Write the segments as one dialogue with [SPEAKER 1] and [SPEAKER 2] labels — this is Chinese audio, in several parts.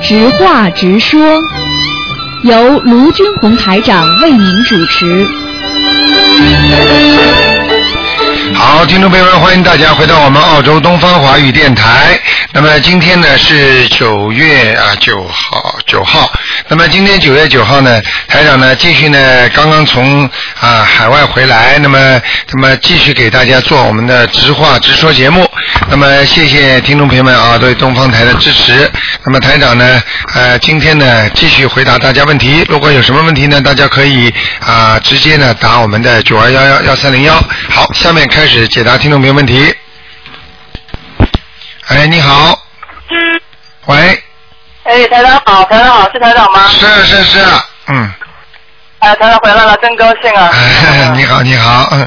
[SPEAKER 1] 直话直说，由卢军红台长为您主持。
[SPEAKER 2] 好，听众朋友们，欢迎大家回到我们澳洲东方华语电台。那么今天呢是九月啊九号九号。那么今天九月九号呢，台长呢继续呢刚刚从啊海外回来，那么那么继续给大家做我们的呃直话直说节目。那么谢谢听众朋友们啊对东方台的支持。那么台长呢呃今天呢继续回答大家问题，如果有什么问题呢，大家可以啊直接呢打我们的九二幺幺幺三零幺。好，下面开始解答听众朋友问题。哎，你好，嗯喂，
[SPEAKER 3] 哎，台长好，台长好，是台长吗？
[SPEAKER 2] 是啊是是，嗯，
[SPEAKER 3] 哎，台长回来了，真高兴啊！
[SPEAKER 2] 哎 你好你好，嗯，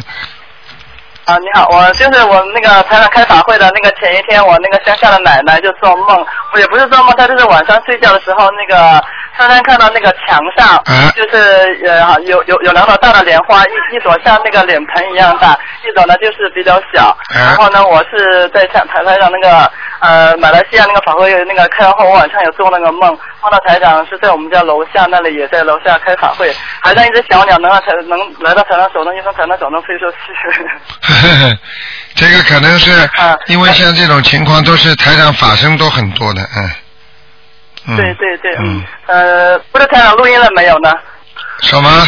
[SPEAKER 3] 啊，你好，我就是我们那个台长开法会的那个前一天，我那个乡下的奶奶就做梦，不也不是做梦，她就是晚上睡觉的时候，那个突然看到那个墙上，
[SPEAKER 2] 啊
[SPEAKER 3] 就是呃有有有两朵大的莲花，一一朵像那个脸盆一样大，一朵呢就是比较小。然后呢，我是在台台台长那个呃马来西亚那个法会那个开完后，我晚上有做那个梦，梦到台长是在我们家楼下那里也在楼下开法会，还让一只小鸟能让台能来到台长手中，就从台长手中飞出去。
[SPEAKER 2] 这个可能是
[SPEAKER 3] 啊
[SPEAKER 2] 因为像这种情况都是台长法身都很多的，嗯，嗯，
[SPEAKER 3] 对对对，
[SPEAKER 2] 嗯，
[SPEAKER 3] 呃，不知道台长录音了没有呢？
[SPEAKER 2] 什么？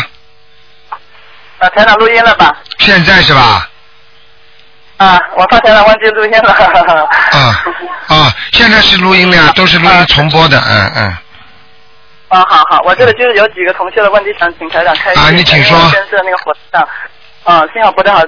[SPEAKER 3] 啊，台长录音了吧？
[SPEAKER 2] 现在是吧？
[SPEAKER 3] 啊，我怕台长忘记录音了。
[SPEAKER 2] 啊啊，现在是录音
[SPEAKER 3] 嗯
[SPEAKER 2] 了呀，都是录音重播的，嗯嗯。
[SPEAKER 3] 啊，好好，我这里就是有几个同学的问题，想请台长开示一下。
[SPEAKER 2] 啊你请说
[SPEAKER 3] 因为现在那个火车上，啊，信号不太好，嗯，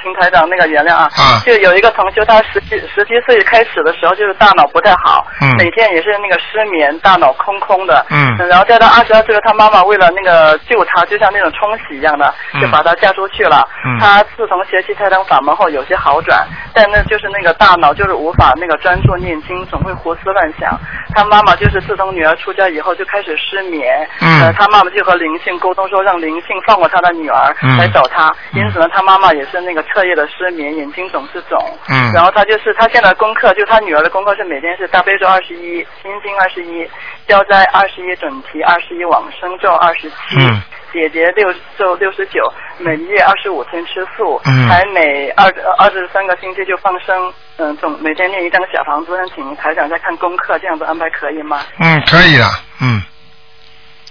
[SPEAKER 3] 请台长那个原谅啊。
[SPEAKER 2] 啊
[SPEAKER 3] 就有一个同学，他十七十七岁开始的时候，就是大脑不太好，
[SPEAKER 2] 嗯
[SPEAKER 3] 每天也是那个失眠，大脑空空的。
[SPEAKER 2] 嗯
[SPEAKER 3] 然后再到二十二岁的他妈妈为了那个救他，就像那种冲洗一样的，
[SPEAKER 2] 嗯
[SPEAKER 3] 就把他嫁出去了。
[SPEAKER 2] 嗯
[SPEAKER 3] 他自从学习太阳法门后有些好转，但那就是那个大脑就是无法那个专注念经，总会胡思乱想。他妈妈就是自从女儿出家以后就开始失眠，
[SPEAKER 2] 嗯
[SPEAKER 3] 呃，他妈妈就和灵性沟通说让灵性放过他的女儿
[SPEAKER 2] 嗯
[SPEAKER 3] 来找他，
[SPEAKER 2] 嗯
[SPEAKER 3] 因此呢，他妈妈也是那个彻夜的失眠，眼睛总是肿。
[SPEAKER 2] 嗯
[SPEAKER 3] 然后他就是他现在的功课，就他女儿的功课是每天是大悲咒二十一，心经二十一，消灾二十一，准提二十一，往生咒二十七
[SPEAKER 2] 嗯，
[SPEAKER 3] 解结六咒六十九，每月二十五天吃素，
[SPEAKER 2] 嗯
[SPEAKER 3] 还每二二十三个星期就放生，嗯，总每天念一张小房子，请台长再看功课，这样子安排可以吗？
[SPEAKER 2] 嗯，可以的，嗯。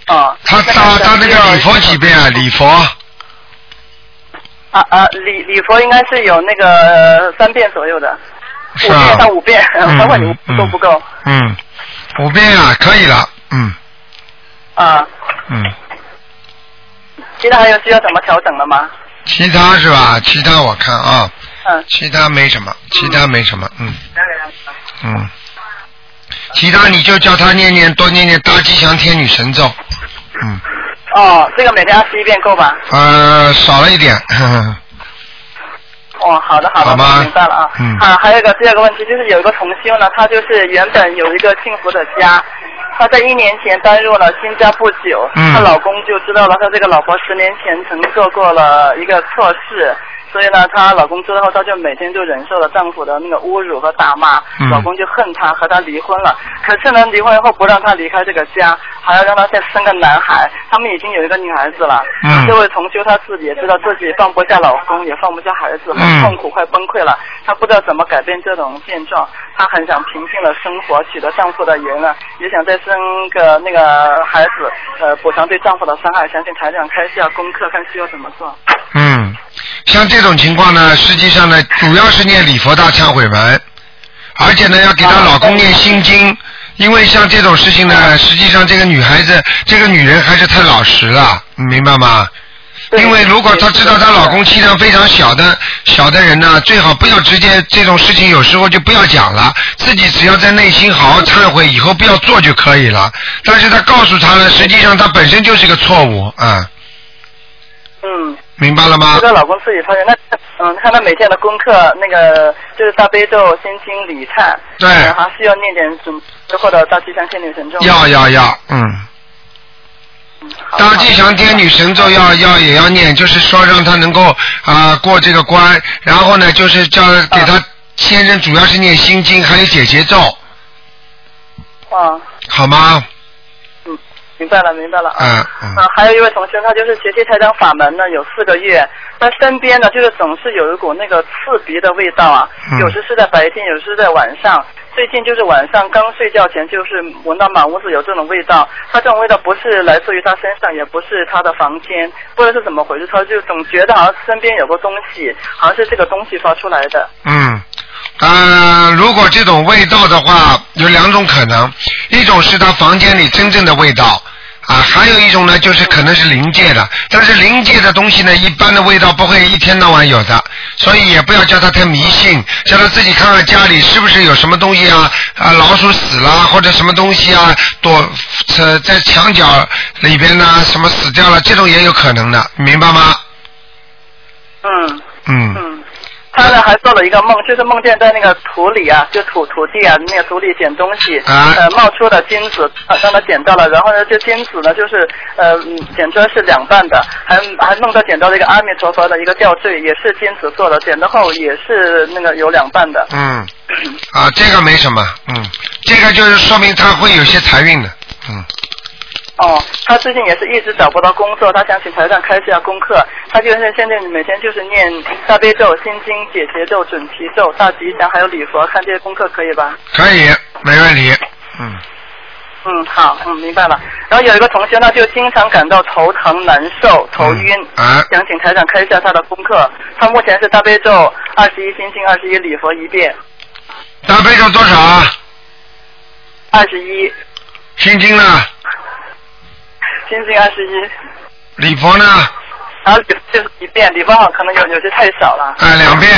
[SPEAKER 3] 哦，
[SPEAKER 2] 啊他
[SPEAKER 3] 那
[SPEAKER 2] 他他那个礼佛几遍啊？礼佛
[SPEAKER 3] 啊啊，礼礼佛应该是有那个三遍左右的，
[SPEAKER 2] 是
[SPEAKER 3] 五遍
[SPEAKER 2] 吧
[SPEAKER 3] 到？五遍，
[SPEAKER 2] 嗯
[SPEAKER 3] 我问你够不够？
[SPEAKER 2] 嗯，五遍啊，可以了，嗯
[SPEAKER 3] 啊，
[SPEAKER 2] 嗯。
[SPEAKER 3] 其他还有需要怎么调整的吗？
[SPEAKER 2] 其他是吧？其他我看啊，
[SPEAKER 3] 嗯，
[SPEAKER 2] 其他没什么，其他没什么，嗯嗯。其他你就叫他念念多念念大吉祥天女神咒，嗯
[SPEAKER 3] 哦，这个每天二十一遍够吧？
[SPEAKER 2] 呃少了一点， 呵呵
[SPEAKER 3] 哦，好的好的，
[SPEAKER 2] 好吧
[SPEAKER 3] 我明白了啊。
[SPEAKER 2] 嗯
[SPEAKER 3] 啊，还有一个第二个问题就是有一个同修呢，他就是原本有一个幸福的家，她在一年前搬入了新家不久，
[SPEAKER 2] 嗯
[SPEAKER 3] 她老公就知道了她这个老婆十年前曾做过了一个错事。所以呢，她老公知道后，她就每天就忍受了丈夫的那个侮辱和打骂，
[SPEAKER 2] 嗯
[SPEAKER 3] 老公就恨她，和她离婚了。可是呢，离婚后不让她离开这个家，还要让她再生个男孩。他们已经有一个女孩子了。
[SPEAKER 2] 嗯
[SPEAKER 3] 这位同修她自己也知道自己放不下老公，也放不下孩子，
[SPEAKER 2] 嗯
[SPEAKER 3] 很痛苦，快崩溃了。她不知道怎么改变这种现状，她很想平静的生活，取得丈夫的原谅，也想再生个那个孩子，呃，补偿对丈夫的伤害。想请台长开下功课，看需要怎么做。
[SPEAKER 2] 嗯。像这种情况呢，实际上呢，主要是念礼佛大忏悔文，而且呢要给她老公念心经，因为像这种事情呢，实际上这个女孩子，这个女人还是太老实了，你明白吗？
[SPEAKER 3] 对
[SPEAKER 2] 因为如果她知道她老公
[SPEAKER 3] 对
[SPEAKER 2] 气量非常小的小的人呢，最好不要直接这种事情，有时候就不要讲了，自己只要在内心好好忏悔，以后不要做就可以了。但是她告诉他呢，实际上她本身就是个错误啊、
[SPEAKER 3] 嗯，
[SPEAKER 2] 明白了吗
[SPEAKER 3] 知？道老公自己发现，那嗯，看他每天的功课，那个就是大悲咒、心经、礼忏，
[SPEAKER 2] 对
[SPEAKER 3] 嗯还需要念点准或者大吉祥天女神咒。
[SPEAKER 2] 要要要，嗯。
[SPEAKER 3] 嗯好
[SPEAKER 2] 大吉祥天女神咒要要也要念，就是说让她能够啊、过这个关，然后呢就是叫
[SPEAKER 3] 啊
[SPEAKER 2] 给她先生主要是念心经，还有解结咒，
[SPEAKER 3] 啊，
[SPEAKER 2] 好吗？
[SPEAKER 3] 嗯，明白了，明白了。
[SPEAKER 2] 嗯嗯。
[SPEAKER 3] 啊，还有一位同学，他就是学习台长法门呢，有四个月，但身边呢就是总是有一股那个刺鼻的味道啊，
[SPEAKER 2] 嗯
[SPEAKER 3] 有时是在白天，有时是在晚上。最近就是晚上刚睡觉前，就是闻到满屋子有这种味道。他这种味道不是来自于他身上，也不是他的房间，不知道是怎么回事。他就总觉得好像身边有个东西，好像是这个东西发出来的。
[SPEAKER 2] 嗯，呃，如果这种味道的话，有两种可能，一种是他房间里真正的味道。啊，还有一种呢，就是可能是临界的，但是临界的东西呢，一般的味道不会一天到晚有的，所以也不要叫他太迷信，叫他自己看看家里是不是有什么东西啊，啊，老鼠死啦，或者什么东西啊，躲呃在墙角里边呢，什么死掉了，这种也有可能的，明白吗？
[SPEAKER 3] 嗯。
[SPEAKER 2] 嗯。
[SPEAKER 3] 嗯，他呢还做了一个梦，就是梦见在那个土里啊，就土土地啊，那个土里捡东西，
[SPEAKER 2] 啊
[SPEAKER 3] 呃，冒出了金子，呃让他捡到了，然后呢，这金子呢就是呃，嗯捡出来是两半的，还还梦到捡到了一个阿弥陀佛的一个吊坠，也是金子做的，捡到后也是那个有两半的，
[SPEAKER 2] 嗯，啊，这个没什么，嗯，这个就是说明他会有些财运的，嗯，
[SPEAKER 3] 哦，他最近也是一直找不到工作，他想请台上开一下功课。他就是现在每天就是念大悲咒、心经、解结咒、准提咒、大吉祥，还有礼佛，看这些功课可以吧？
[SPEAKER 2] 可以，没问题，嗯，
[SPEAKER 3] 嗯，好，嗯，明白了。然后有一个同学呢，就经常感到头疼、难受、头晕，
[SPEAKER 2] 嗯啊
[SPEAKER 3] 想请台长开一下他的功课。他目前是大悲咒二十一心经、二十一礼佛一遍，
[SPEAKER 2] 大悲咒多少啊？
[SPEAKER 3] 二十一
[SPEAKER 2] 心经呢？
[SPEAKER 3] 心经二十一，
[SPEAKER 2] 礼佛呢？
[SPEAKER 3] 然后礼佛就是一遍，礼佛好像可能有有些太少了
[SPEAKER 2] 啊，两遍，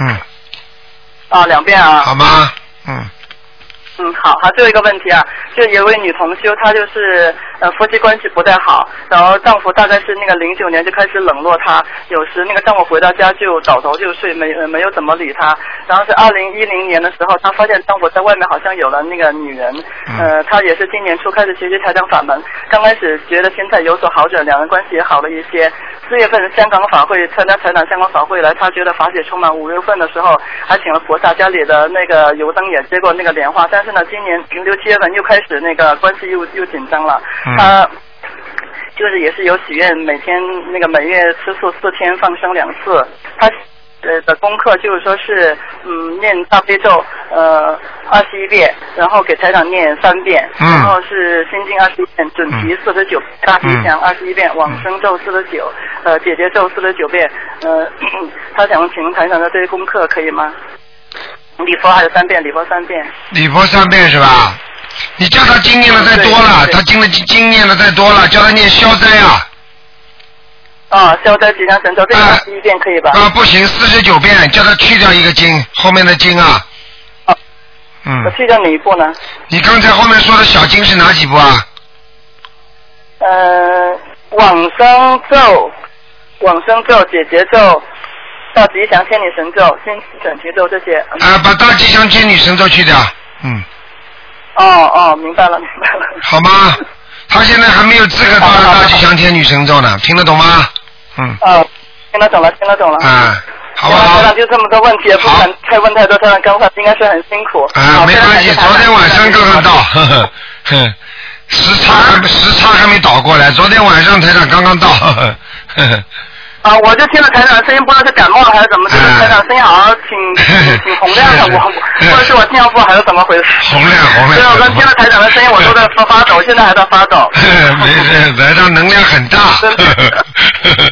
[SPEAKER 2] 嗯，
[SPEAKER 3] 啊，两遍啊。
[SPEAKER 2] 好吗？嗯，
[SPEAKER 3] 嗯，好，还最后一个问题啊，就有一位女同修，她就是呃夫妻关系不太好，然后丈夫大概是那个零九年就开始冷落她，有时那个丈夫回到家就倒头就睡，没、呃、没有怎么理她。然后是二零一零年的时候，她发现丈夫在外面好像有了那个女人，呃，她也是今年初开始学习台长法门，刚开始觉得现在有所好转，两人关系也好了一些。四月份香港法会参加台长香港法会来，她觉得法喜充满。五月份的时候还请了菩萨，家里的那个油灯也接过那个莲花，但是呢，今年六七月份又开始那个关系又又紧张了，
[SPEAKER 2] 嗯
[SPEAKER 3] 她。就是也是有许愿，每天那个每月吃素四天，放生两次。她呃的功课就是说是嗯念大悲咒呃二十一遍，然后给台长念三遍，
[SPEAKER 2] 嗯
[SPEAKER 3] 然后是心经二十一遍，准提四十九，大吉祥二十一遍，往生咒四十九，呃姐姐咒四十九遍，呃 咳咳他想请台长的这些功课可以吗？礼佛还有三遍，礼佛三遍。
[SPEAKER 2] 礼佛三遍是吧？你叫他经念的太多了，
[SPEAKER 3] 对对对
[SPEAKER 2] 他经的经念的太多了，叫他念消灾啊，
[SPEAKER 3] 啊，消灾吉祥神咒这个二十一遍可以吧？
[SPEAKER 2] 啊不行，四十九遍，叫他去掉一个经，后面的经啊
[SPEAKER 3] 哦，
[SPEAKER 2] 嗯
[SPEAKER 3] 我，去掉哪一步呢？
[SPEAKER 2] 你刚才后面说的小经是哪几部啊？
[SPEAKER 3] 呃，往生咒、往生咒、解结咒、大吉祥千里神咒、心整提咒这些。嗯
[SPEAKER 2] 啊，把大吉祥天女神咒去掉，嗯，
[SPEAKER 3] 哦哦，明白了，明白了。
[SPEAKER 2] 好吗？他现在还没有资格到达大吉祥天女神咒呢，听得懂吗？嗯，
[SPEAKER 3] 哦，听得懂了，听得懂了。
[SPEAKER 2] 啊，好不
[SPEAKER 3] 台
[SPEAKER 2] 好
[SPEAKER 3] 长？就这么多问题，也不
[SPEAKER 2] 好
[SPEAKER 3] 敢太问太多。台长刚才应该是很辛苦。
[SPEAKER 2] 啊，
[SPEAKER 3] 好
[SPEAKER 2] 没关系，昨天晚上刚刚到，。呵呵， 哼，时差还没时差还没倒过来，昨天晚上台长刚刚到， 呵呵，呵呵
[SPEAKER 3] 非常感谢台长啊，我就听了台长的声音，不知道是感冒了还是怎么，就是
[SPEAKER 2] 啊
[SPEAKER 3] 台长声音好像 挺挺洪亮的，我
[SPEAKER 2] 是
[SPEAKER 3] 或者是我听不还是怎么回事？
[SPEAKER 2] 红亮红
[SPEAKER 3] 对，
[SPEAKER 2] 亮。
[SPEAKER 3] 我刚听了台长的声音，我都在发发抖，现在还在发抖。
[SPEAKER 2] 没事，台长能量很大，呵 呵呵呵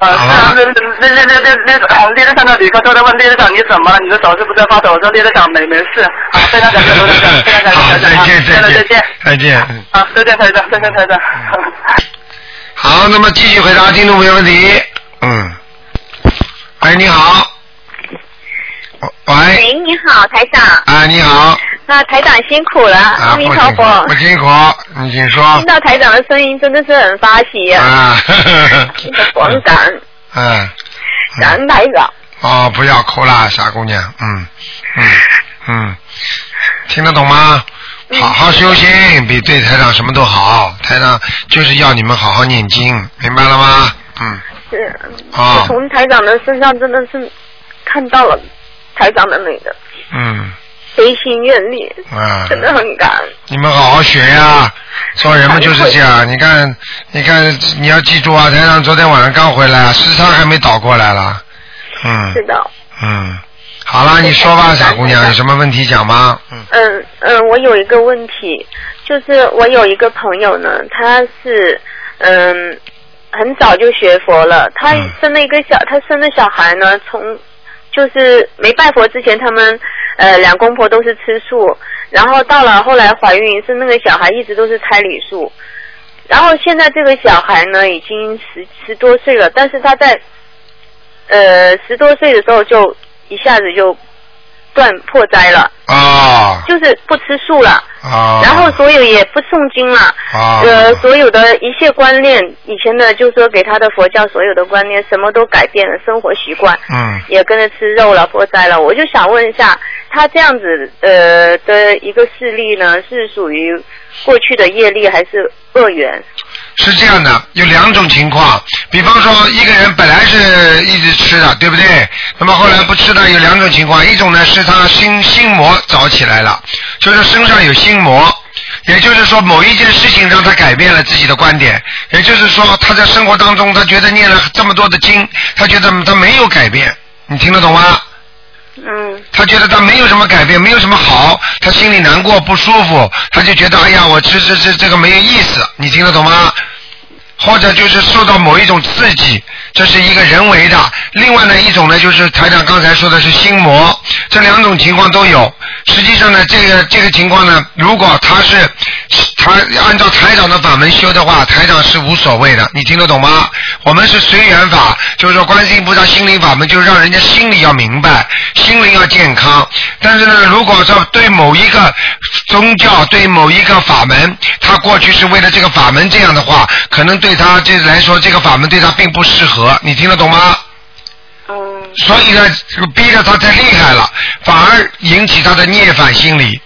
[SPEAKER 3] 呃，
[SPEAKER 2] 好
[SPEAKER 3] 是啊
[SPEAKER 2] 吧，
[SPEAKER 3] 那那那那那那那列车上的旅客都在问列车长你怎么了？你的手是不是在发抖？我说列车长没没事。啊，非常感谢罗队长，非常感
[SPEAKER 2] 好，
[SPEAKER 3] 谢台
[SPEAKER 2] 再
[SPEAKER 3] 长，
[SPEAKER 2] 见，
[SPEAKER 3] 啊
[SPEAKER 2] 再
[SPEAKER 3] 再
[SPEAKER 2] 见
[SPEAKER 3] 见。，
[SPEAKER 2] 再见。嗯
[SPEAKER 3] 啊，再见台长，再见台长。
[SPEAKER 2] 好，那么继续回答听众朋友问题。嗯，喂，你好。喂，哎
[SPEAKER 4] 喂，你好，台长。
[SPEAKER 2] 啊，你好，
[SPEAKER 4] 啊，台长辛苦了，
[SPEAKER 2] 啊，
[SPEAKER 4] 阿弥
[SPEAKER 2] 不
[SPEAKER 4] 陀
[SPEAKER 2] 辛苦
[SPEAKER 4] 佛，
[SPEAKER 2] 不。辛苦，你请说。
[SPEAKER 4] 听到台长的声音真的是很发喜呀、
[SPEAKER 2] 啊，呵呵
[SPEAKER 4] 真的我很感恩，
[SPEAKER 2] 嗯，
[SPEAKER 4] 感恩台长。
[SPEAKER 2] 哦，不要哭啦，傻姑娘，嗯，嗯，嗯，听得懂吗？
[SPEAKER 4] 嗯
[SPEAKER 2] 好好修心，比对台长什么都好。台长就是要你们好好念经，明白了吗？嗯，
[SPEAKER 4] 是，
[SPEAKER 2] 哦
[SPEAKER 4] 我从台长的身上真的是看到了台长的那个
[SPEAKER 2] 嗯，
[SPEAKER 4] 随心愿力，
[SPEAKER 2] 啊，
[SPEAKER 4] 真的很感恩。
[SPEAKER 2] 你们好好学呀、
[SPEAKER 4] 嗯
[SPEAKER 2] 做人们就是这
[SPEAKER 4] 哎
[SPEAKER 2] 样。你看，你看，你要记住啊，台长昨天晚上刚回来，啊时差还没倒过来啦。嗯
[SPEAKER 4] 是的，
[SPEAKER 2] 嗯，好啦，你说吧，傻姑娘，有什么问题讲吗？嗯
[SPEAKER 4] 嗯嗯，我有一个问题，就是我有一个朋友呢，他是嗯很早就学佛了，他
[SPEAKER 2] 嗯
[SPEAKER 4] 生了一个小，他生的小孩呢，从就是没拜佛之前，他们呃两公婆都是吃素，然后到了后来怀孕，是那个小孩一直都是胎里素，然后现在这个小孩呢已经十十多岁了，但是他在呃十多岁的时候就一下子就断破灾了。
[SPEAKER 2] 啊
[SPEAKER 4] 就是不吃素了，
[SPEAKER 2] 啊。
[SPEAKER 4] 然后所有也不诵经了，
[SPEAKER 2] 啊
[SPEAKER 4] 呃，所有的一切观念，以前的就说给他的佛教所有的观念，什么都改变了，生活习惯
[SPEAKER 2] 嗯
[SPEAKER 4] 也跟着吃肉了、破斋了。我就想问一下，他这样子呃的一个事例呢，是属于过去的业力还是恶缘？
[SPEAKER 2] 是这样的，有两种情况，比方说一个人本来是一直吃的，对不对？那么后来不吃的有两种情况，一种呢是他心心魔早起来了，就是身上有心魔。也就是说，某一件事情让他改变了自己的观点，也就是说，他在生活当中，他觉得念了这么多的经，他觉得他没有改变，你听得懂吗？
[SPEAKER 4] 嗯
[SPEAKER 2] 他觉得他没有什么改变，没有什么好，他心里难过不舒服，他就觉得哎呀，我吃吃吃这个没有意思，你听得懂吗？或者就是受到某一种刺激，这是一个人为的；另外呢一种呢，就是台长刚才说的是心魔，这两种情况都有。实际上呢，这个这个情况呢，如果他是他按照台长的法门修的话，台长是无所谓的，你听得懂吗？我们是随缘法，就是说观世音菩萨心灵法门，就是让人家心里要明白，心灵要健康。但是呢，如果说对某一个宗教、对某一个法门，他过去是为了这个法门这样的话，可能对他这来说，这个法门对他并不适合，你听得懂吗？
[SPEAKER 4] 嗯
[SPEAKER 2] 所以呢，逼得他太厉害了，反而引起他的逆反心理。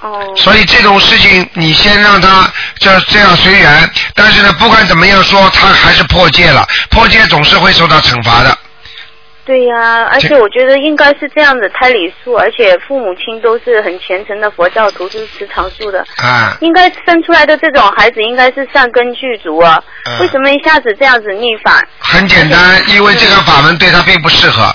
[SPEAKER 4] 哦
[SPEAKER 2] 所以这种事情，你先让他这这样随缘，但是呢，不管怎么样说，他还是破戒了，破戒总是会受到惩罚的。
[SPEAKER 4] 对呀、而
[SPEAKER 2] 这
[SPEAKER 4] 且我觉得应该是这样子，胎里素，而且父母亲都是很虔诚的佛教徒，就是吃长素的。
[SPEAKER 2] 啊、
[SPEAKER 4] 应该生出来的这种孩子应该是善根具足啊，
[SPEAKER 2] 嗯
[SPEAKER 4] 为什么一下子这样子逆反？
[SPEAKER 2] 很简单，因为这个法门对他并不适合。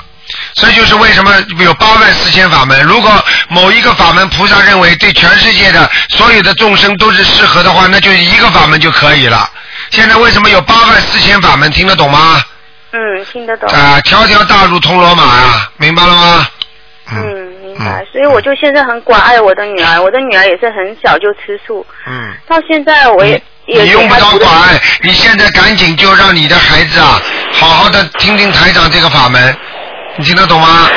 [SPEAKER 2] 这就是为什么有八万四千法门。如果某一个法门菩萨认为对全世界的所有的众生都是适合的话，那就一个法门就可以了。现在为什么有八万四千法门？听得懂吗？
[SPEAKER 4] 嗯，听得懂。
[SPEAKER 2] 啊、条条大路通罗马啊，明白了吗？
[SPEAKER 4] 嗯，明白
[SPEAKER 2] 嗯。
[SPEAKER 4] 所以我就现在很关爱我的女儿，我的女儿也是很小就吃素，
[SPEAKER 2] 嗯。
[SPEAKER 4] 到现在我也也
[SPEAKER 2] 你
[SPEAKER 4] 给
[SPEAKER 2] 用不
[SPEAKER 4] 她
[SPEAKER 2] 着
[SPEAKER 4] 读了
[SPEAKER 2] 管，你现在赶紧就让你的孩子啊，好好的听听台长这个法门，你听得懂吗？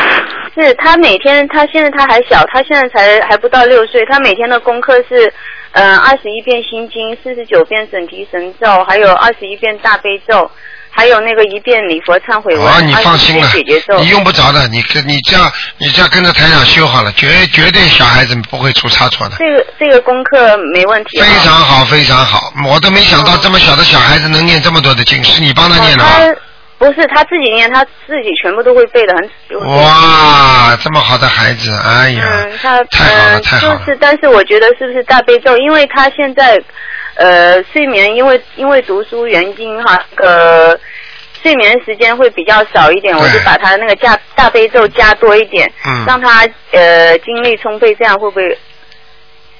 [SPEAKER 4] 是她每天，她现在她还小，她现在才还不到六岁，她每天的功课是，嗯、呃，二十一遍心经，四十九遍准提神咒，还有二十一遍大悲咒，还有那个一遍礼佛忏悔文，
[SPEAKER 2] 哦，你放
[SPEAKER 4] 21
[SPEAKER 2] 心
[SPEAKER 4] 遍
[SPEAKER 2] 了
[SPEAKER 4] 啊解结咒，
[SPEAKER 2] 你用不着的，你跟你这样，你这样跟着台长修好了，绝绝对小孩子不会出差错的，
[SPEAKER 4] 这个这个功课没问题、啊。
[SPEAKER 2] 非常好，非常好，我都没想到这么小的小孩子能念这么多的经，是你帮他念的吗？
[SPEAKER 4] 哦嗯他不是他自己念，他自己全部都会背的，很。
[SPEAKER 2] 哇，这么好的孩子，哎呀
[SPEAKER 4] 嗯，他，
[SPEAKER 2] 太好了，
[SPEAKER 4] 嗯，
[SPEAKER 2] 太好了
[SPEAKER 4] 就，是，但是我觉得是不是大悲咒？因为他现在，呃，睡眠因为因为读书原因哈，呃，睡眠时间会比较少一点，
[SPEAKER 2] 对
[SPEAKER 4] 我就把他那个加大悲咒加多一点，
[SPEAKER 2] 嗯
[SPEAKER 4] 让他呃精力充沛，这样会不会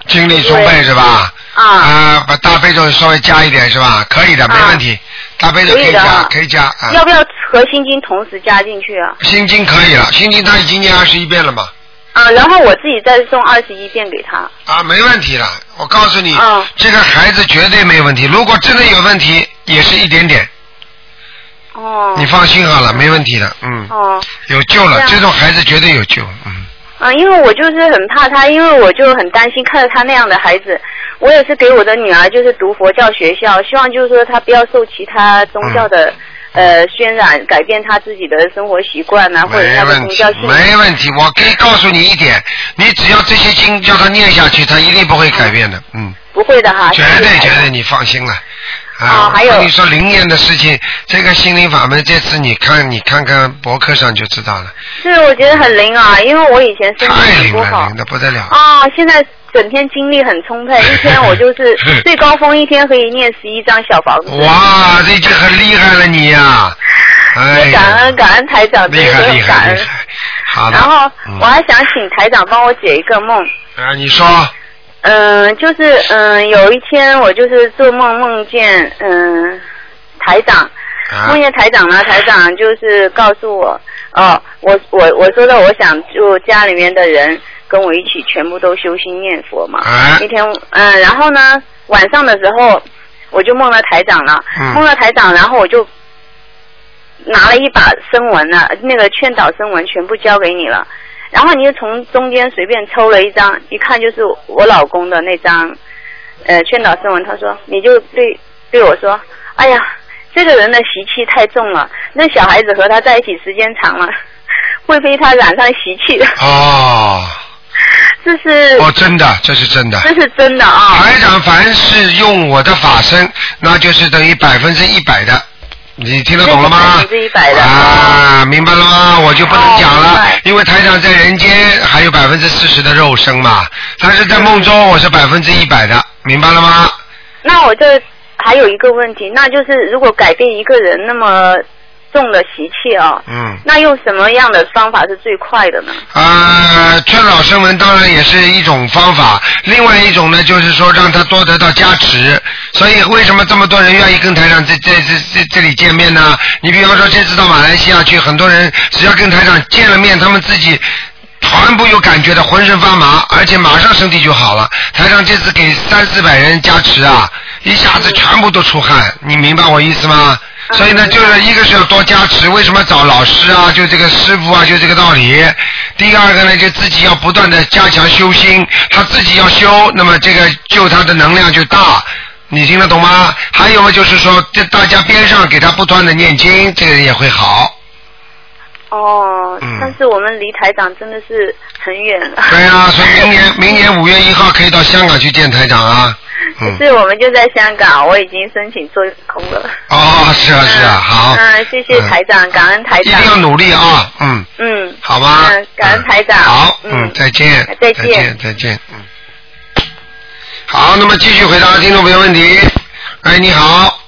[SPEAKER 2] 精力充沛是吧？
[SPEAKER 4] 啊？
[SPEAKER 2] 啊，把大悲咒稍微加一点是吧？可以的，没
[SPEAKER 4] 啊
[SPEAKER 2] 问题。大悲咒可
[SPEAKER 4] 可
[SPEAKER 2] 以
[SPEAKER 4] 以的
[SPEAKER 2] 加
[SPEAKER 4] 啊，
[SPEAKER 2] 可以加啊
[SPEAKER 4] 要。不要和心经同时加进去啊？
[SPEAKER 2] 心经可以了，心经他已经念二十一遍了嘛，
[SPEAKER 4] 啊，然后我自己再送二十一遍给他。
[SPEAKER 2] 啊，没问题了。我告诉你
[SPEAKER 4] 啊，
[SPEAKER 2] 这个孩子绝对没问题。如果真的有问题，也是一点点，
[SPEAKER 4] 哦。
[SPEAKER 2] 你放心好了，没问题的，嗯，
[SPEAKER 4] 哦，
[SPEAKER 2] 有救了
[SPEAKER 4] 这，样
[SPEAKER 2] 这种孩子绝对有救，嗯，
[SPEAKER 4] 嗯，因为我就是很怕他，因为我就很担心看着他那样的孩子。我也是给我的女儿就是读佛教学校，希望就是说她不要受其他宗教的呃渲染，改变他自己的生活习惯啊，或者
[SPEAKER 2] 嗯没
[SPEAKER 4] 他的
[SPEAKER 2] 问
[SPEAKER 4] 宗
[SPEAKER 2] 题
[SPEAKER 4] 教信，
[SPEAKER 2] 没问题。我可以告诉你一点，你只要这些经叫他念下去，他一定不会改变的。嗯，
[SPEAKER 4] 不会的哈。
[SPEAKER 2] 绝
[SPEAKER 4] 啊谢谢
[SPEAKER 2] 对
[SPEAKER 4] 台
[SPEAKER 2] 绝
[SPEAKER 4] 长
[SPEAKER 2] 对，你放心了。
[SPEAKER 4] 哦
[SPEAKER 2] 啊，
[SPEAKER 4] 还
[SPEAKER 2] 我
[SPEAKER 4] 有
[SPEAKER 2] 跟你说灵验的事情，这个心灵法门，这次你看你看看博客上就知道了，
[SPEAKER 4] 是我觉得很灵啊，因为我以前身体
[SPEAKER 2] 太
[SPEAKER 4] 很
[SPEAKER 2] 灵
[SPEAKER 4] 不
[SPEAKER 2] 了，
[SPEAKER 4] 好
[SPEAKER 2] 灵的不得了。
[SPEAKER 4] 啊，现在整天精力很充沛，一天我就是 最高峰一天可以念十一张小房子。
[SPEAKER 2] 哇，这就很厉害了你呀、哎呀，
[SPEAKER 4] 感恩感恩台长，
[SPEAKER 2] 厉害
[SPEAKER 4] 真的
[SPEAKER 2] 厉
[SPEAKER 4] 很感
[SPEAKER 2] 害
[SPEAKER 4] 恩
[SPEAKER 2] 厉。 害，好的。
[SPEAKER 4] 然后
[SPEAKER 2] 嗯
[SPEAKER 4] 我还想请台长帮我解一个梦。
[SPEAKER 2] 啊，你说
[SPEAKER 4] 嗯，就是嗯，有一天我就是做梦梦见嗯台长，
[SPEAKER 2] 啊
[SPEAKER 4] 梦，见台长啊呢，台长就是告诉我，哦，我我我说的，我想就家里面的人跟我一起全部都修心念佛嘛。
[SPEAKER 2] 哎
[SPEAKER 4] 那天嗯，然后呢，晚上的时候我就梦到台长了，
[SPEAKER 2] 嗯
[SPEAKER 4] 梦到台长，然后我就拿了一把声纹呢，那个劝导声纹全部交给你了，然后你就从中间随便抽了一张，一看就是我老公的那张，呃，劝导声纹，他说你就对对我说，哎呀，这个人的习气太重了，那小孩子和他在一起时间长了，会被他染上习气的，
[SPEAKER 2] 哦，
[SPEAKER 4] 这是、
[SPEAKER 2] 哦，真的，这是真的。
[SPEAKER 4] 这是真的啊、
[SPEAKER 2] 台长凡是用我的法身，那就是等于百分之一百的。你听得懂了吗？
[SPEAKER 4] 这是100%的
[SPEAKER 2] 啊，明白了吗？我就不能讲
[SPEAKER 4] 哦明
[SPEAKER 2] 了，
[SPEAKER 4] 白
[SPEAKER 2] 因为台长在人间还有百分之四十的肉身嘛，但是在梦中我是百分之一百的，明白了吗？
[SPEAKER 4] 那我这还有一个问题，那就是如果改变一个人那么重的习气啊、
[SPEAKER 2] 嗯。
[SPEAKER 4] 那用什么样的方法是最快的呢？
[SPEAKER 2] 呃，劝老声闻当然也是一种方法，另外一种呢，就是说让他多得到加持。所以为什么这么多人愿意跟台长在在这这这里见面呢？你比方说这次到马来西亚去，很多人只要跟台长见了面，他们自己。全部有感觉的，浑身发麻，而且马上身体就好了。台长这次给三四百人加持啊，一下子全部都出汗，你明白我意思吗？
[SPEAKER 4] 嗯
[SPEAKER 2] 所以呢，就是一个是要多加持，为什么找老师啊，就这个师傅啊，就这个道理。第二个呢，就自己要不断的加强修心，他自己要修，那么这个就他的能量就大。你听得懂吗？还有嘛，就是说，这大家边上给他不断的念经，这个也会好。
[SPEAKER 4] 哦，
[SPEAKER 2] 嗯
[SPEAKER 4] 但是我们离台长真的是很远了。
[SPEAKER 2] 对啊，所以明 年明年五月一号可以到香港去见台长啊。嗯。
[SPEAKER 4] 是我们就在香港，我已经申请做空了。
[SPEAKER 2] 哦，是啊，是啊，好。嗯
[SPEAKER 4] 嗯，谢谢台长，感恩台
[SPEAKER 2] 一定
[SPEAKER 4] 长。
[SPEAKER 2] 要努力啊，嗯，
[SPEAKER 4] 嗯，
[SPEAKER 2] 好吧。
[SPEAKER 4] 嗯感恩台长
[SPEAKER 2] 好，
[SPEAKER 4] 嗯
[SPEAKER 2] 嗯，再见。
[SPEAKER 4] 再
[SPEAKER 2] 再
[SPEAKER 4] 见
[SPEAKER 2] 见，再见，嗯。好，那么继续回答听众朋友问题。哎，你好。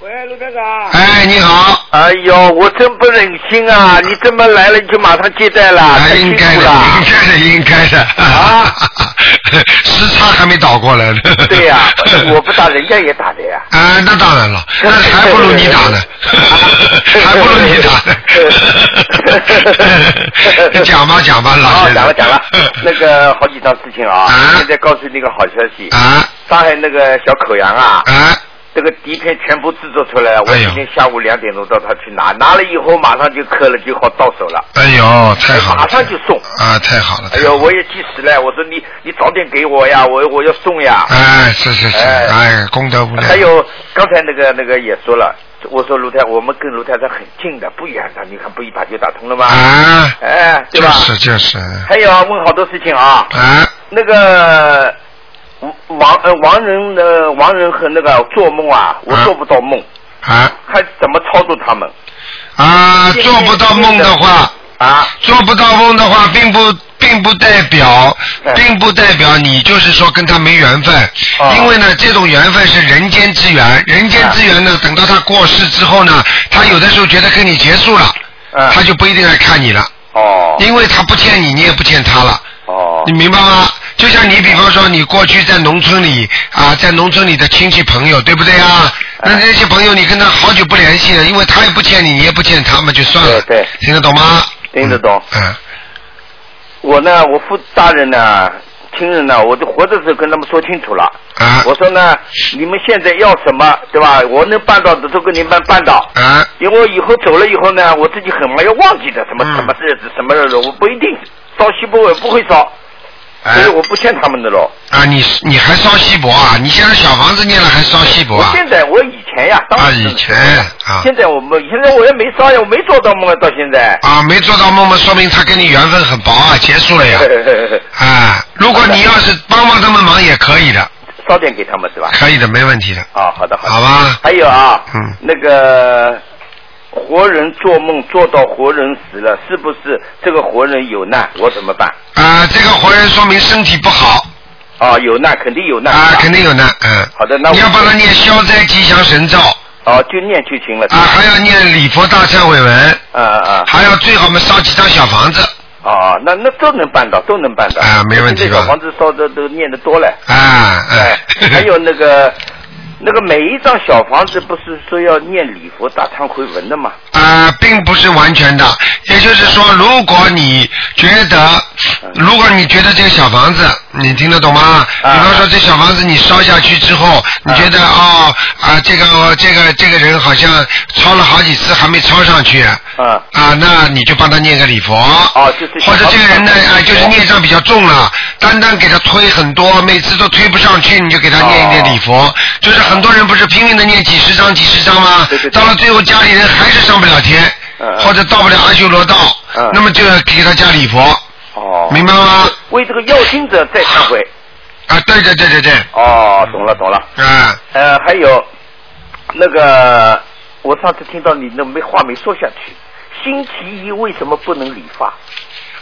[SPEAKER 5] 喂，卢台长。
[SPEAKER 2] 哎，你好。
[SPEAKER 5] 哎呦，我真不忍心啊！你这么来了，你就马上接待了，
[SPEAKER 2] 哎，
[SPEAKER 5] 太
[SPEAKER 2] 应
[SPEAKER 5] 辛
[SPEAKER 2] 该
[SPEAKER 5] 苦
[SPEAKER 2] 的，
[SPEAKER 5] 了。
[SPEAKER 2] 应该的，应该的。
[SPEAKER 5] 啊。
[SPEAKER 2] 时差还没倒过来呢。
[SPEAKER 5] 对呀、 我不打，人家也打的呀。
[SPEAKER 2] 啊，那当然了，那还不如你打呢， 还不如你打 呢。讲吧讲吧，老
[SPEAKER 5] 好，
[SPEAKER 2] 先生。
[SPEAKER 5] 啊讲了讲了，那个好几张事情啊
[SPEAKER 2] 嗯啊，
[SPEAKER 5] 现在告诉你个好消息，
[SPEAKER 2] 啊
[SPEAKER 5] 上海那个小口洋啊，
[SPEAKER 2] 啊，
[SPEAKER 5] 这个底片全部制作出来了，我
[SPEAKER 2] 哎呦
[SPEAKER 5] 今天下午两点钟到他去拿，拿了以后马上就刻了，就好到手了，
[SPEAKER 2] 哎呦，太好了，
[SPEAKER 5] 哎马上就送。
[SPEAKER 2] 啊，太好了，
[SPEAKER 5] 哎呦，我也急死了，我说你你早点给我呀，我我要送呀。
[SPEAKER 2] 哎，是是是，哎，功德无量。
[SPEAKER 5] 还有刚才那个那个也说了，我说卢台，我们跟卢台长很近的，不远的，你看不一把就打通了吗？
[SPEAKER 2] 啊，
[SPEAKER 5] 哎，对
[SPEAKER 2] 就
[SPEAKER 5] 吧？
[SPEAKER 2] 是就是，
[SPEAKER 5] 还有啊问好多事情啊，
[SPEAKER 2] 啊
[SPEAKER 5] 那个王呃王人的王人和那个做梦啊，我
[SPEAKER 2] 啊
[SPEAKER 5] 做不到梦，
[SPEAKER 2] 啊
[SPEAKER 5] 还怎么操作他们
[SPEAKER 2] 啊，做不到梦的话。
[SPEAKER 5] 啊？
[SPEAKER 2] 做不到梦的话，并不并不代表，
[SPEAKER 5] 嗯
[SPEAKER 2] 并不代表你就是说跟他没缘分，
[SPEAKER 5] 哦
[SPEAKER 2] 因为呢，这种缘分是人间之缘，人间之缘
[SPEAKER 5] 嗯
[SPEAKER 2] 呢，等到他过世之后呢，他有的时候觉得跟你结束了，
[SPEAKER 5] 嗯，
[SPEAKER 2] 他就不一定来看你了，
[SPEAKER 5] 哦
[SPEAKER 2] 因为他不欠你，你也不欠他了。
[SPEAKER 5] 哦
[SPEAKER 2] 你明白吗？就像你比方说，你过去在农村里啊，在农村里的亲戚朋友，对不对啊？
[SPEAKER 5] 嗯
[SPEAKER 2] 那那些朋友，你跟他好久不联系了，因为他也不欠你，你也不欠他们，就算了。
[SPEAKER 5] 对对
[SPEAKER 2] 听得懂吗？
[SPEAKER 5] 听得懂
[SPEAKER 2] 嗯。嗯。
[SPEAKER 5] 我呢，我父大人呢，亲人呢，我都活着时候跟他们说清楚了。
[SPEAKER 2] 啊
[SPEAKER 5] 我说呢，你们现在要什么，对吧？我能办到的都给你们办到。
[SPEAKER 2] 啊
[SPEAKER 5] 因为我以后走了以后呢，我自己很忙，要忘记的，什么
[SPEAKER 2] 嗯
[SPEAKER 5] 什么日子，什么日子，我不一定烧西不我不会烧。所以我不欠他们的喽。
[SPEAKER 2] 哎啊，你你还烧锡箔啊？你现在小房子念了还烧锡箔
[SPEAKER 5] 我
[SPEAKER 2] 啊？
[SPEAKER 5] 现在我以前呀，当
[SPEAKER 2] 啊，
[SPEAKER 5] 然是
[SPEAKER 2] 以前啊
[SPEAKER 5] 现在我们现在我也没烧呀，我没做到梦啊，到现在。
[SPEAKER 2] 啊没做到梦梦，说明他跟你缘分很薄啊，结束了呀。啊，如果你要是帮帮他们忙也可以的，
[SPEAKER 5] 烧点给他们是吧？
[SPEAKER 2] 可以的，没问题的，
[SPEAKER 5] 啊，好的好的。
[SPEAKER 2] 好嗯吧？
[SPEAKER 5] 还有啊，
[SPEAKER 2] 嗯
[SPEAKER 5] 那个活人做梦做到活人死了，是不是这个活人有难？我怎么办？
[SPEAKER 2] 啊，这个活人说明身体不好
[SPEAKER 5] 啊，有难肯定有难
[SPEAKER 2] 啊，肯
[SPEAKER 5] 定。
[SPEAKER 2] 定有难，嗯。
[SPEAKER 5] 好的，那我
[SPEAKER 2] 你要帮他念消灾吉祥神咒
[SPEAKER 5] 哦，就念就行了。
[SPEAKER 2] 啊，还要念礼佛大忏悔文，
[SPEAKER 5] 啊啊
[SPEAKER 2] 还要最好嘛烧几张小房子
[SPEAKER 5] 啊！啊，那那都能办到，都能办到。
[SPEAKER 2] 啊没问题吧
[SPEAKER 5] 这小房子烧的都念得多了。
[SPEAKER 2] 啊， 哎
[SPEAKER 5] 哎，还有那个。那个每一张小房子不是说要念礼佛大忏悔文的吗？
[SPEAKER 2] 啊、并不是完全的，也就是说，如果你觉得，如果你觉得这个小房子，你听得懂吗？比
[SPEAKER 5] 啊
[SPEAKER 2] 方说，这小房子你烧下去之后，你觉得哦啊、这个哦这个这个人好像抄了好几次还没抄上去，啊、
[SPEAKER 5] 啊，
[SPEAKER 2] 那你就帮他念个礼佛。
[SPEAKER 5] 哦就是
[SPEAKER 2] 或者这个人呢，
[SPEAKER 5] 小房子
[SPEAKER 2] 啊、就是孽障比较重了，单单给他推很多，每次都推不上去，你就给他念一念礼佛。
[SPEAKER 5] 哦
[SPEAKER 2] 就是很多人不是拼命的念几十张几十张吗？
[SPEAKER 5] 对对对
[SPEAKER 2] 到了最后家里人还是上不了天，
[SPEAKER 5] 嗯嗯
[SPEAKER 2] 或者到不了阿修罗道，
[SPEAKER 5] 嗯
[SPEAKER 2] 那么就要给他加礼佛，
[SPEAKER 5] 哦，
[SPEAKER 2] 明白吗？
[SPEAKER 5] 为这个要经者再忏悔。
[SPEAKER 2] 啊，对对对对对，
[SPEAKER 5] 哦，懂了懂了。
[SPEAKER 2] 啊
[SPEAKER 5] 呃，还有那个，我上次听到你那没话没说下去，星期一为什么不能理发？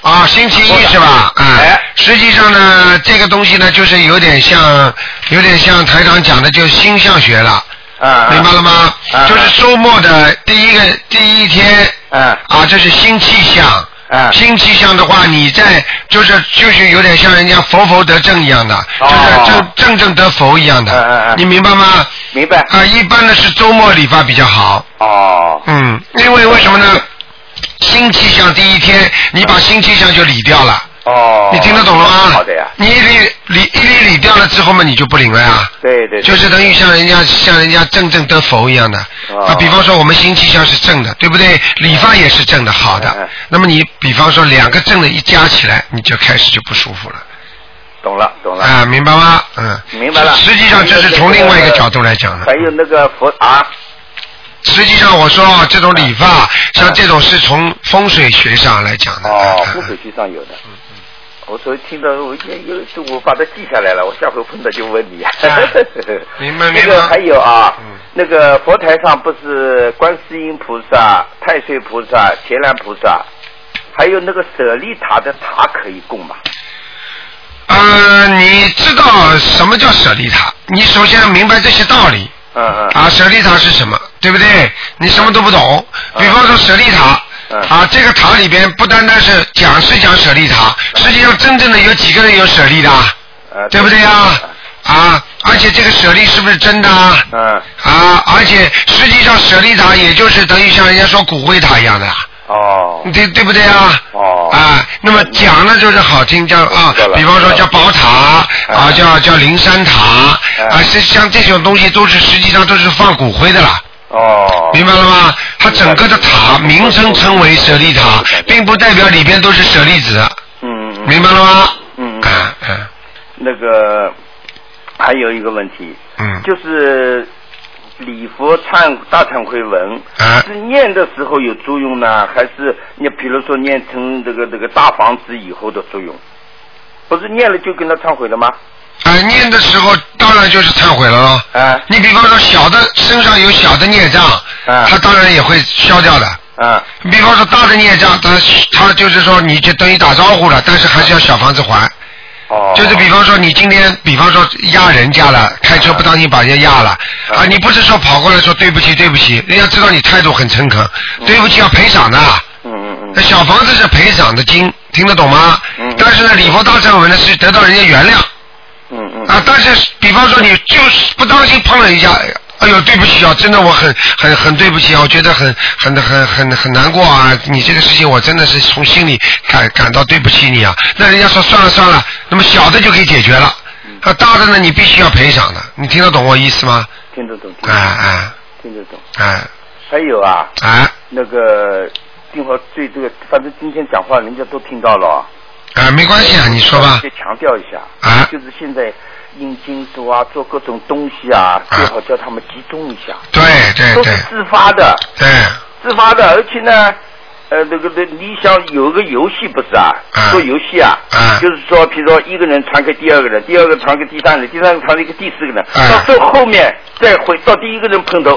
[SPEAKER 2] 啊，星期一是吧？啊、
[SPEAKER 5] 哎
[SPEAKER 2] 实际上呢，这个东西呢，就是有点像，有点像台长讲的，就是星象学了，
[SPEAKER 5] 啊、
[SPEAKER 2] 明白了吗？
[SPEAKER 5] 嗯
[SPEAKER 2] 就是周末的第一个第一天。
[SPEAKER 5] 嗯
[SPEAKER 2] 啊，这是新气象。
[SPEAKER 5] 嗯
[SPEAKER 2] 新气象的话，你在就是就是有点像人家佛佛得正一样的，
[SPEAKER 5] 哦
[SPEAKER 2] 就是正正正得佛一样的，
[SPEAKER 5] 嗯嗯嗯
[SPEAKER 2] 你明白吗？
[SPEAKER 5] 明白。
[SPEAKER 2] 啊，一般的是周末理发比较好，
[SPEAKER 5] 哦，
[SPEAKER 2] 嗯，因为为什么呢？新气象第一天，你把新气象就理掉了，
[SPEAKER 5] 哦。
[SPEAKER 2] 你听得懂了吗？
[SPEAKER 5] 好的呀。
[SPEAKER 2] 你一理理一理理掉了之后嘛，你就不灵了呀。
[SPEAKER 5] 对对对。
[SPEAKER 2] 就是等于像人家像人家正正得佛一样的
[SPEAKER 5] 哦
[SPEAKER 2] 啊，比方说我们新气象是正的，对不对？理发也是正的，好
[SPEAKER 5] 嗯
[SPEAKER 2] 的
[SPEAKER 5] 嗯。
[SPEAKER 2] 那么你比方说两个正的一加起来，你就开始就不舒服了
[SPEAKER 5] 懂了懂了。
[SPEAKER 2] 啊，明白吗？嗯，
[SPEAKER 5] 明白了。
[SPEAKER 2] 实实际上这是从另外一个角度来讲的
[SPEAKER 5] 还。有那个佛啊，
[SPEAKER 2] 实际上我说啊这种理
[SPEAKER 5] 嗯
[SPEAKER 2] 发，像这种是从风水学上来讲的。
[SPEAKER 5] 哦，
[SPEAKER 2] 嗯
[SPEAKER 5] 风水区上有的。我所以听到我也有，我把它记下来了，我下回碰到就问 你。
[SPEAKER 2] 哎明 白
[SPEAKER 5] 那
[SPEAKER 2] 明
[SPEAKER 5] 个
[SPEAKER 2] 白
[SPEAKER 5] 还有啊
[SPEAKER 2] 嗯，
[SPEAKER 5] 那个佛台上不是观世音菩萨、太岁菩萨、伽蓝菩萨，还有那个舍利塔的塔可以供吗？
[SPEAKER 2] 呃，你知道什么叫舍利塔？你首先要明白这些道理。
[SPEAKER 5] 嗯嗯。
[SPEAKER 2] 啊，舍利塔是什么？对不对？你什么都不懂。
[SPEAKER 5] 啊
[SPEAKER 2] 比方说舍利塔
[SPEAKER 5] 嗯，
[SPEAKER 2] 啊，这个塔里边不单单是讲是讲舍利
[SPEAKER 5] 啊
[SPEAKER 2] 塔，实际上真正的有几个人有舍利的啊，
[SPEAKER 5] 呃
[SPEAKER 2] 对不对呀？啊，而且这个舍利是不是真的啊？
[SPEAKER 5] 嗯，
[SPEAKER 2] 啊，而且实际上舍利塔也就是等于像人家说骨灰塔一样的啊，
[SPEAKER 5] 哦，
[SPEAKER 2] 对对不对啊？
[SPEAKER 5] 哦
[SPEAKER 2] 啊，那么讲呢就是好听，叫啊
[SPEAKER 5] 知道，了
[SPEAKER 2] 比方说叫宝塔
[SPEAKER 5] 嗯
[SPEAKER 2] 啊，叫叫灵山塔
[SPEAKER 5] 嗯
[SPEAKER 2] 啊，是像这种东西都是实际上都是放骨灰的啦，
[SPEAKER 5] 哦，
[SPEAKER 2] 明白了吗？它整个的塔名称称为舍利塔，并不代表里边都是舍利子，
[SPEAKER 5] 嗯嗯，
[SPEAKER 2] 明白了吗？
[SPEAKER 5] 嗯嗯
[SPEAKER 2] 啊嗯
[SPEAKER 5] 那个还有一个问题，
[SPEAKER 2] 嗯，
[SPEAKER 5] 就是礼佛忏大忏悔文，
[SPEAKER 2] 啊
[SPEAKER 5] 是念的时候有作用呢，还是你比如说念成这个这个大房子以后的作用？不是念了就跟他忏悔了吗？
[SPEAKER 2] 啊念的时候当然就是忏悔了喽。
[SPEAKER 5] 啊
[SPEAKER 2] 你比方说小的身上有小的孽障，
[SPEAKER 5] 嗯
[SPEAKER 2] 它当然也会消掉的。
[SPEAKER 5] 啊
[SPEAKER 2] 比方说大的孽障，它它就是说你就等于打招呼了，但是还是要小房子还。
[SPEAKER 5] 哦，
[SPEAKER 2] 就是比方说你今天，比方说压人家了，开车不当心把人家压了，
[SPEAKER 5] 嗯
[SPEAKER 2] 啊，你不是说跑过来说对不起对不起，人家知道你态度很诚恳，对不起要赔偿的。
[SPEAKER 5] 嗯嗯
[SPEAKER 2] 那小房子是赔偿的金，听得懂吗
[SPEAKER 5] 嗯？
[SPEAKER 2] 但是呢，礼佛大忏悔呢是得到人家原谅
[SPEAKER 5] 嗯嗯嗯
[SPEAKER 2] 啊，但是比方说你就是不当心碰了一下。哎呀哎呦，对不起啊，真的我很很很对不起啊，我觉得很很很很很难过啊，你这个事情我真的是从心里感感到对不起你啊。那人家说算了算了，那么小的就可以解决了，
[SPEAKER 5] 嗯
[SPEAKER 2] 啊大的呢你必须要赔偿的，你听得懂我意思吗？
[SPEAKER 5] 听得懂，听
[SPEAKER 2] 哎
[SPEAKER 5] 得懂
[SPEAKER 2] 哎
[SPEAKER 5] 听得懂。
[SPEAKER 2] 哎
[SPEAKER 5] 还有啊，
[SPEAKER 2] 哎，
[SPEAKER 5] 那个正好对这个，反正今天讲话人家都听到了啊，
[SPEAKER 2] 啊，没关系啊，你说吧
[SPEAKER 5] 就。强调一下
[SPEAKER 2] 啊
[SPEAKER 5] 就是现在印经书啊，做各种东西啊，最好叫他们集中一下，
[SPEAKER 2] 对对
[SPEAKER 5] 都
[SPEAKER 2] 哎对
[SPEAKER 5] 是自发的，
[SPEAKER 2] 对，啊
[SPEAKER 5] 自发的，而且呢，呃，那个那你想有个游戏不是啊
[SPEAKER 2] 啊？
[SPEAKER 5] 做游戏啊，
[SPEAKER 2] 啊
[SPEAKER 5] 就是说，比如说一个人传给第二个人，第二个传给第三个人，第三个传给第四个人，
[SPEAKER 2] 啊
[SPEAKER 5] 到最后面再回到第一个人碰头，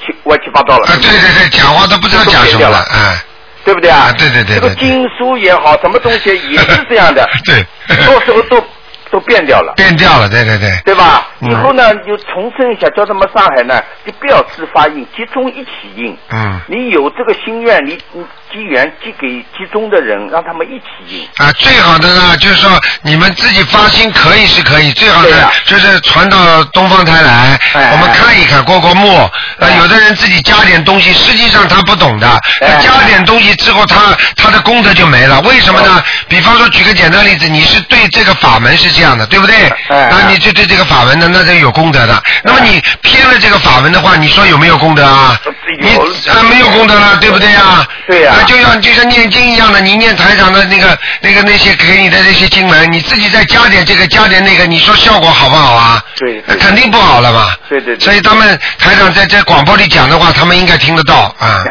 [SPEAKER 5] 去去歪七八糟了，
[SPEAKER 2] 啊，对对对，讲话都不知道讲什么了，哎，
[SPEAKER 5] 对不对啊？
[SPEAKER 2] 啊对对对
[SPEAKER 5] 这个
[SPEAKER 2] 对对，
[SPEAKER 5] 经书也好，什么东西也是这样的
[SPEAKER 2] 对
[SPEAKER 5] 到时候都都变掉了。
[SPEAKER 2] 变调了，对对对，
[SPEAKER 5] 对吧？
[SPEAKER 2] 嗯
[SPEAKER 5] 以后呢，你就重申一下，叫他们上海呢，就不要自发印，集中一起印。
[SPEAKER 2] 嗯，
[SPEAKER 5] 你有这个心愿，你你机缘寄给集中的人，让他们一起印。
[SPEAKER 2] 啊，最好的呢，就是说你们自己发心可以是可以，最好
[SPEAKER 5] 对
[SPEAKER 2] 的
[SPEAKER 5] 呀
[SPEAKER 2] 就是传到东方台来，
[SPEAKER 5] 哎
[SPEAKER 2] 我们看一看，过过目。啊，
[SPEAKER 5] 哎
[SPEAKER 2] 有的人自己加点东西，实际上他不懂的，
[SPEAKER 5] 哎
[SPEAKER 2] 他加点东西之后，他他的功德就没了。为什么呢
[SPEAKER 5] 哦？
[SPEAKER 2] 比方说，举个简单例子，你是对这个法门是这样的，对不对？
[SPEAKER 5] 哎
[SPEAKER 2] 那你就对这个法门呢，那就有功德的。那么你偏了这个法门的话，你说有没有功德啊
[SPEAKER 5] 呃？
[SPEAKER 2] 你
[SPEAKER 5] 有
[SPEAKER 2] 啊没有功德了，对不对呀？
[SPEAKER 5] 对呀
[SPEAKER 2] 啊就像就像念经一样的，你念台长的那个那个那些给你的那些经文，你自己再加点这个加点那个，你说效果好不好啊？
[SPEAKER 5] 对对
[SPEAKER 2] 肯定不好了嘛。
[SPEAKER 5] 对对对
[SPEAKER 2] 所以他们台长在在广播里讲的话，他们应该听得到啊，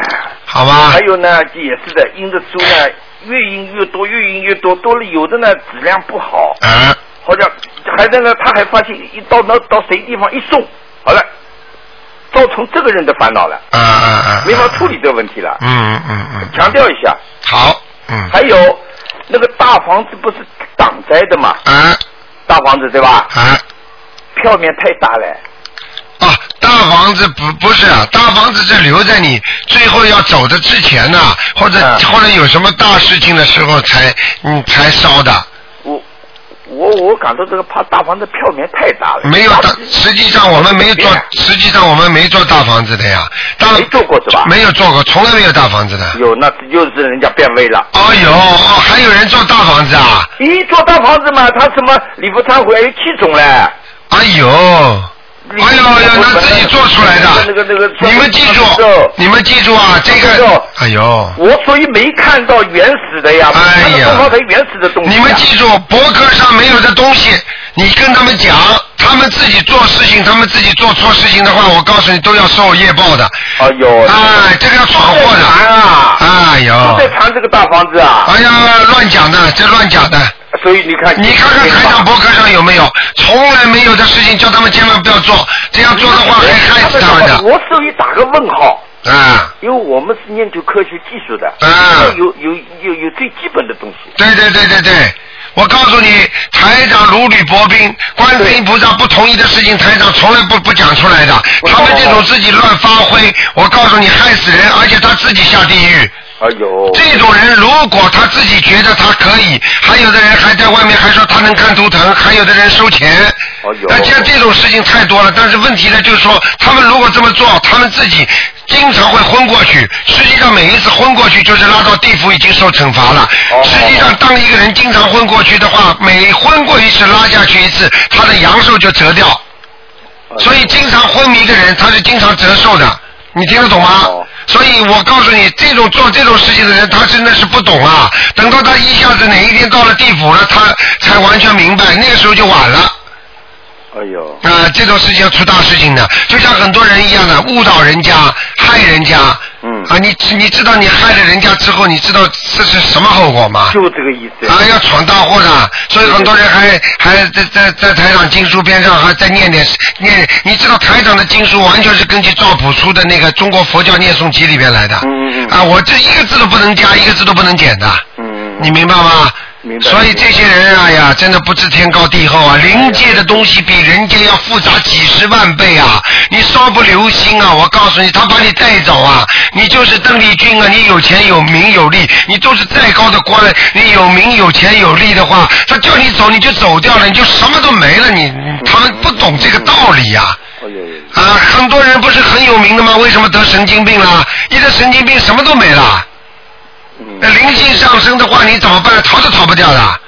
[SPEAKER 2] 好吧
[SPEAKER 5] 还？有呢，也是的，印的书呢，越印越多，越印越多，多了有的呢质量不好，
[SPEAKER 2] 啊，
[SPEAKER 5] 好像还在那他还发现一到那到谁地方一送，好了，造成这个人的烦恼了，
[SPEAKER 2] 啊啊啊！
[SPEAKER 5] 没法处理这个问题了。
[SPEAKER 2] 嗯。嗯嗯嗯，
[SPEAKER 5] 强调一下，
[SPEAKER 2] 好，嗯，
[SPEAKER 5] 还有那个大房子不是挡灾的嘛，
[SPEAKER 2] 啊
[SPEAKER 5] 大房子对吧？
[SPEAKER 2] 啊。
[SPEAKER 5] 票面太大了，
[SPEAKER 2] 啊，大房子不不是啊，大房子是留在你最后要走的之前呐、或者、
[SPEAKER 5] 嗯
[SPEAKER 2] 或者有什么大事情的时候才嗯才烧的，
[SPEAKER 5] 我我我感到这个怕大房子票面太大了，
[SPEAKER 2] 没有
[SPEAKER 5] 大
[SPEAKER 2] 大。实际上我们没有做
[SPEAKER 5] 对呀，
[SPEAKER 2] 实际上我们没做大房子的呀，大
[SPEAKER 5] 没做过是吧
[SPEAKER 2] 没有做过，从来没有大房子的。
[SPEAKER 5] 有那又是人家变味了。
[SPEAKER 2] 哦有哦，还有人做大房子啊？
[SPEAKER 5] 咦，做大房子嘛，他什么礼佛忏悔还有七种嘞？
[SPEAKER 2] 哎呦。哎呦哎呦，那自己做出来的。
[SPEAKER 5] 嗯那个那个
[SPEAKER 2] 你们记住
[SPEAKER 5] 那个，
[SPEAKER 2] 你们记住啊，这
[SPEAKER 5] 那
[SPEAKER 2] 个
[SPEAKER 5] 个，
[SPEAKER 2] 哎呦，
[SPEAKER 5] 我所以没看到原始的呀，
[SPEAKER 2] 哎呀
[SPEAKER 5] 我看到东方台原始的东西呀。
[SPEAKER 2] 你们记住，博客上没有的东西，你跟他们讲，他们自己做事情，他们自己做错事情的话，我告诉你都要受业报的。
[SPEAKER 5] 哎呦，
[SPEAKER 2] 哎，这个要闯祸的。
[SPEAKER 5] 难啊
[SPEAKER 2] 哎
[SPEAKER 5] 都在
[SPEAKER 2] 呦，
[SPEAKER 5] 谈这个大房子啊，
[SPEAKER 2] 哎呀，乱讲的，这乱讲的。
[SPEAKER 5] 所以你看，
[SPEAKER 2] 你看看台长博客上有没有？从来没有的事情，叫他们千万不要做，这样做的话还害死他们的。
[SPEAKER 5] 我手里打个问号，
[SPEAKER 2] 啊，
[SPEAKER 5] 因为我们是研究科学技术的，
[SPEAKER 2] 嗯
[SPEAKER 5] 有有有有最基本的东西。
[SPEAKER 2] 对对对对对。我告诉你，台长如履薄冰，观世音菩萨不同意的事情，台长从来不不讲出来的。
[SPEAKER 5] 我
[SPEAKER 2] 他们这种自己乱发挥，我告诉你，害死人，而且他自己下地狱。
[SPEAKER 5] 哎呦，
[SPEAKER 2] 这种人，如果他自己觉得他可以，还有的人还在外面还说他能看图腾，还有的人收钱
[SPEAKER 5] 哦。有
[SPEAKER 2] 那像这种事情太多了，但是问题呢，就是说他们如果这么做，他们自己经常会昏过去。实际上每一次昏过去，就是拉到地府已经受惩罚了。
[SPEAKER 5] 哦
[SPEAKER 2] 实际上，当一个人经常昏过去的话，每昏过一次拉下去一次，他的阳寿就折掉。所以经常昏迷的人，他是经常折寿的，你听得懂吗？
[SPEAKER 5] 哦
[SPEAKER 2] 所以我告诉你，这种做这种事情的人，他真的是不懂啊。等到他一下子哪一天到了地府了，他才完全明白，那个时候就晚了。
[SPEAKER 5] 哎呦，
[SPEAKER 2] 啊、这种事情要出大事情的，就像很多人一样的误导人家、害人家。
[SPEAKER 5] 嗯
[SPEAKER 2] 啊，你你知道你害了人家之后，你知道这是什么后果吗？
[SPEAKER 5] 就这个意思。
[SPEAKER 2] 啊，要闯大祸的，所以很多人还还在在在台长经书边上还在念点念，你知道台长的经书完全是根据赵朴初的那个中国佛教念诵集里边来的，
[SPEAKER 5] 嗯嗯嗯
[SPEAKER 2] 啊，我这一个字都不能加，一个字都不能减的，
[SPEAKER 5] 嗯，
[SPEAKER 2] 你明白吗？
[SPEAKER 5] 明白
[SPEAKER 2] 所以这些人，哎呀，真的不知天高地厚啊！灵界的东西比人间要复杂几十万倍啊！你稍不留心啊，我告诉你，他把你带走啊！你就是邓丽君啊，你有钱有名有利，你就是再高的官，你有名有钱有利的话，他叫你走你就走掉了，你就什么都没了。你他们不懂这个道理呀、
[SPEAKER 5] 哎呦，哎
[SPEAKER 2] 啊！很多人不是很有名的吗？为什么得神经病啦？一得神经病什么都没了。
[SPEAKER 5] 呦嗯
[SPEAKER 2] 那，灵性上升的话，你怎么办？逃都逃不掉的，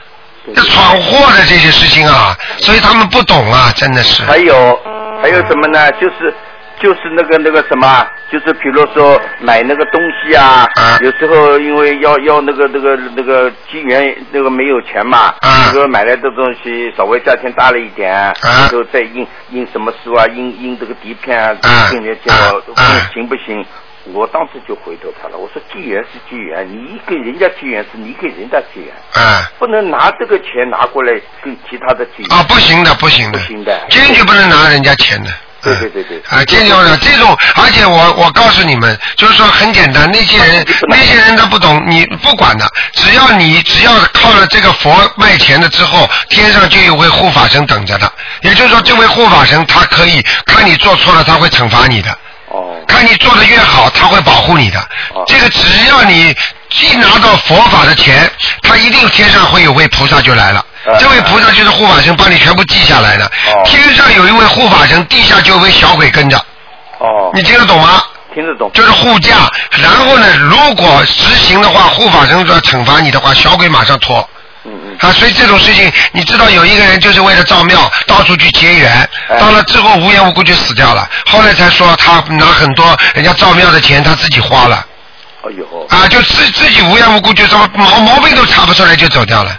[SPEAKER 5] 对
[SPEAKER 2] 这闯祸的这
[SPEAKER 5] 哎
[SPEAKER 2] 些事情啊，所以他们不懂啊，真的是。
[SPEAKER 5] 还有还有什么呢？就是就是那个那个什么，就是比如说买那个东西啊，有时候因为要要那个那个那个机缘那个没有钱嘛，有时候买来的东西稍微价钱大了一点，有时候再印印什么书啊，印印这个底片啊，进来叫行不行？我当时就回头他了，我说机缘是机缘，你给人家机缘是你给人家机缘，
[SPEAKER 2] 啊
[SPEAKER 5] 不能拿这个钱拿过来跟其他的机缘。
[SPEAKER 2] 啊，不行的，不行的，
[SPEAKER 5] 不行的，
[SPEAKER 2] 坚决不能拿人家钱的。
[SPEAKER 5] 对对对对，
[SPEAKER 2] 啊，坚决不能这种，而且我我告诉你们，就是说很简单，那些人那些人他不懂，你不管的，只要你只要靠了这个佛卖钱了之后，天上就有位护法神等着的，也就是说这位护法神他可以看你做错了，他会惩罚你的。
[SPEAKER 5] 哦，
[SPEAKER 2] 看你做的越好，他会保护你的。这个只要你一拿到佛法的钱，他一定天上会有位菩萨就来了。这位菩萨就是护法神，帮你全部记下来的。天上有一位护法神，地下就有位小鬼跟着。
[SPEAKER 5] 哦，
[SPEAKER 2] 你听得懂吗？
[SPEAKER 5] 听得懂。
[SPEAKER 2] 就是护驾，然后呢，如果执行的话，护法神说惩罚你的话，小鬼马上脱。
[SPEAKER 5] 嗯
[SPEAKER 2] 啊，所以这种事情，你知道有一个人就是为了造庙，到处去结缘，到了之后无缘无故就死掉了，后来才说他拿很多人家造庙的钱他自己花了，
[SPEAKER 5] 哎呦，
[SPEAKER 2] 啊，就自自己无缘无故就这么毛毛病都查不出来就走掉了，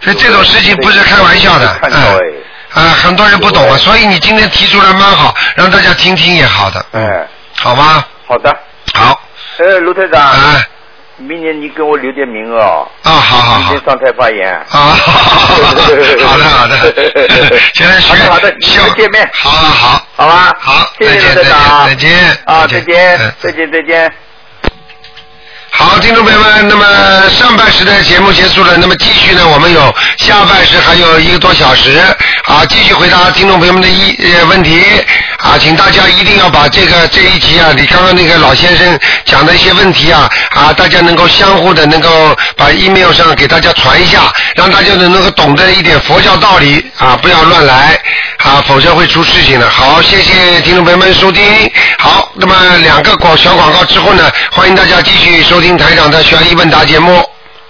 [SPEAKER 2] 所以这种事情不是开玩笑的，
[SPEAKER 5] 看到
[SPEAKER 2] 嗯
[SPEAKER 5] 哎，
[SPEAKER 2] 啊，很多人不懂啊，所以你今天提出来蛮好，让大家听听也好的，
[SPEAKER 5] 哎，
[SPEAKER 2] 好吗？
[SPEAKER 5] 好的，
[SPEAKER 2] 好，
[SPEAKER 5] 呃，卢台长，
[SPEAKER 2] 啊
[SPEAKER 5] 明年你给我留点名额哦，
[SPEAKER 2] 啊，好好
[SPEAKER 5] 明
[SPEAKER 2] 好
[SPEAKER 5] 天。上台发言。
[SPEAKER 2] 啊，好的好 的，现在学
[SPEAKER 5] 好的好的
[SPEAKER 2] 笑
[SPEAKER 5] 你们见面
[SPEAKER 2] 好好好。
[SPEAKER 5] 好吧，
[SPEAKER 2] 好，
[SPEAKER 5] 谢谢
[SPEAKER 2] 再见，再
[SPEAKER 5] 卢台长，
[SPEAKER 2] 见，再见，
[SPEAKER 5] 啊，再见
[SPEAKER 2] 嗯，
[SPEAKER 5] 再见，再见。
[SPEAKER 2] 好，听众朋友们，那么上半时的节目结束了，那么继续呢，我们有下半时还有一个多小时，好，继续回答听众朋友们的一呃问题啊，请大家一定要把这个这一集啊，你刚刚那个老先生讲的一些问题啊啊，大家能够相互的能够把 email 上给大家传一下，让大家能能够懂得一点佛教道理啊，不要乱来啊，否则会出事情的。好，谢谢听众朋友们收听，好，那么两个广小广告之后呢，欢迎大家继续收听台长的悬疑问答节目。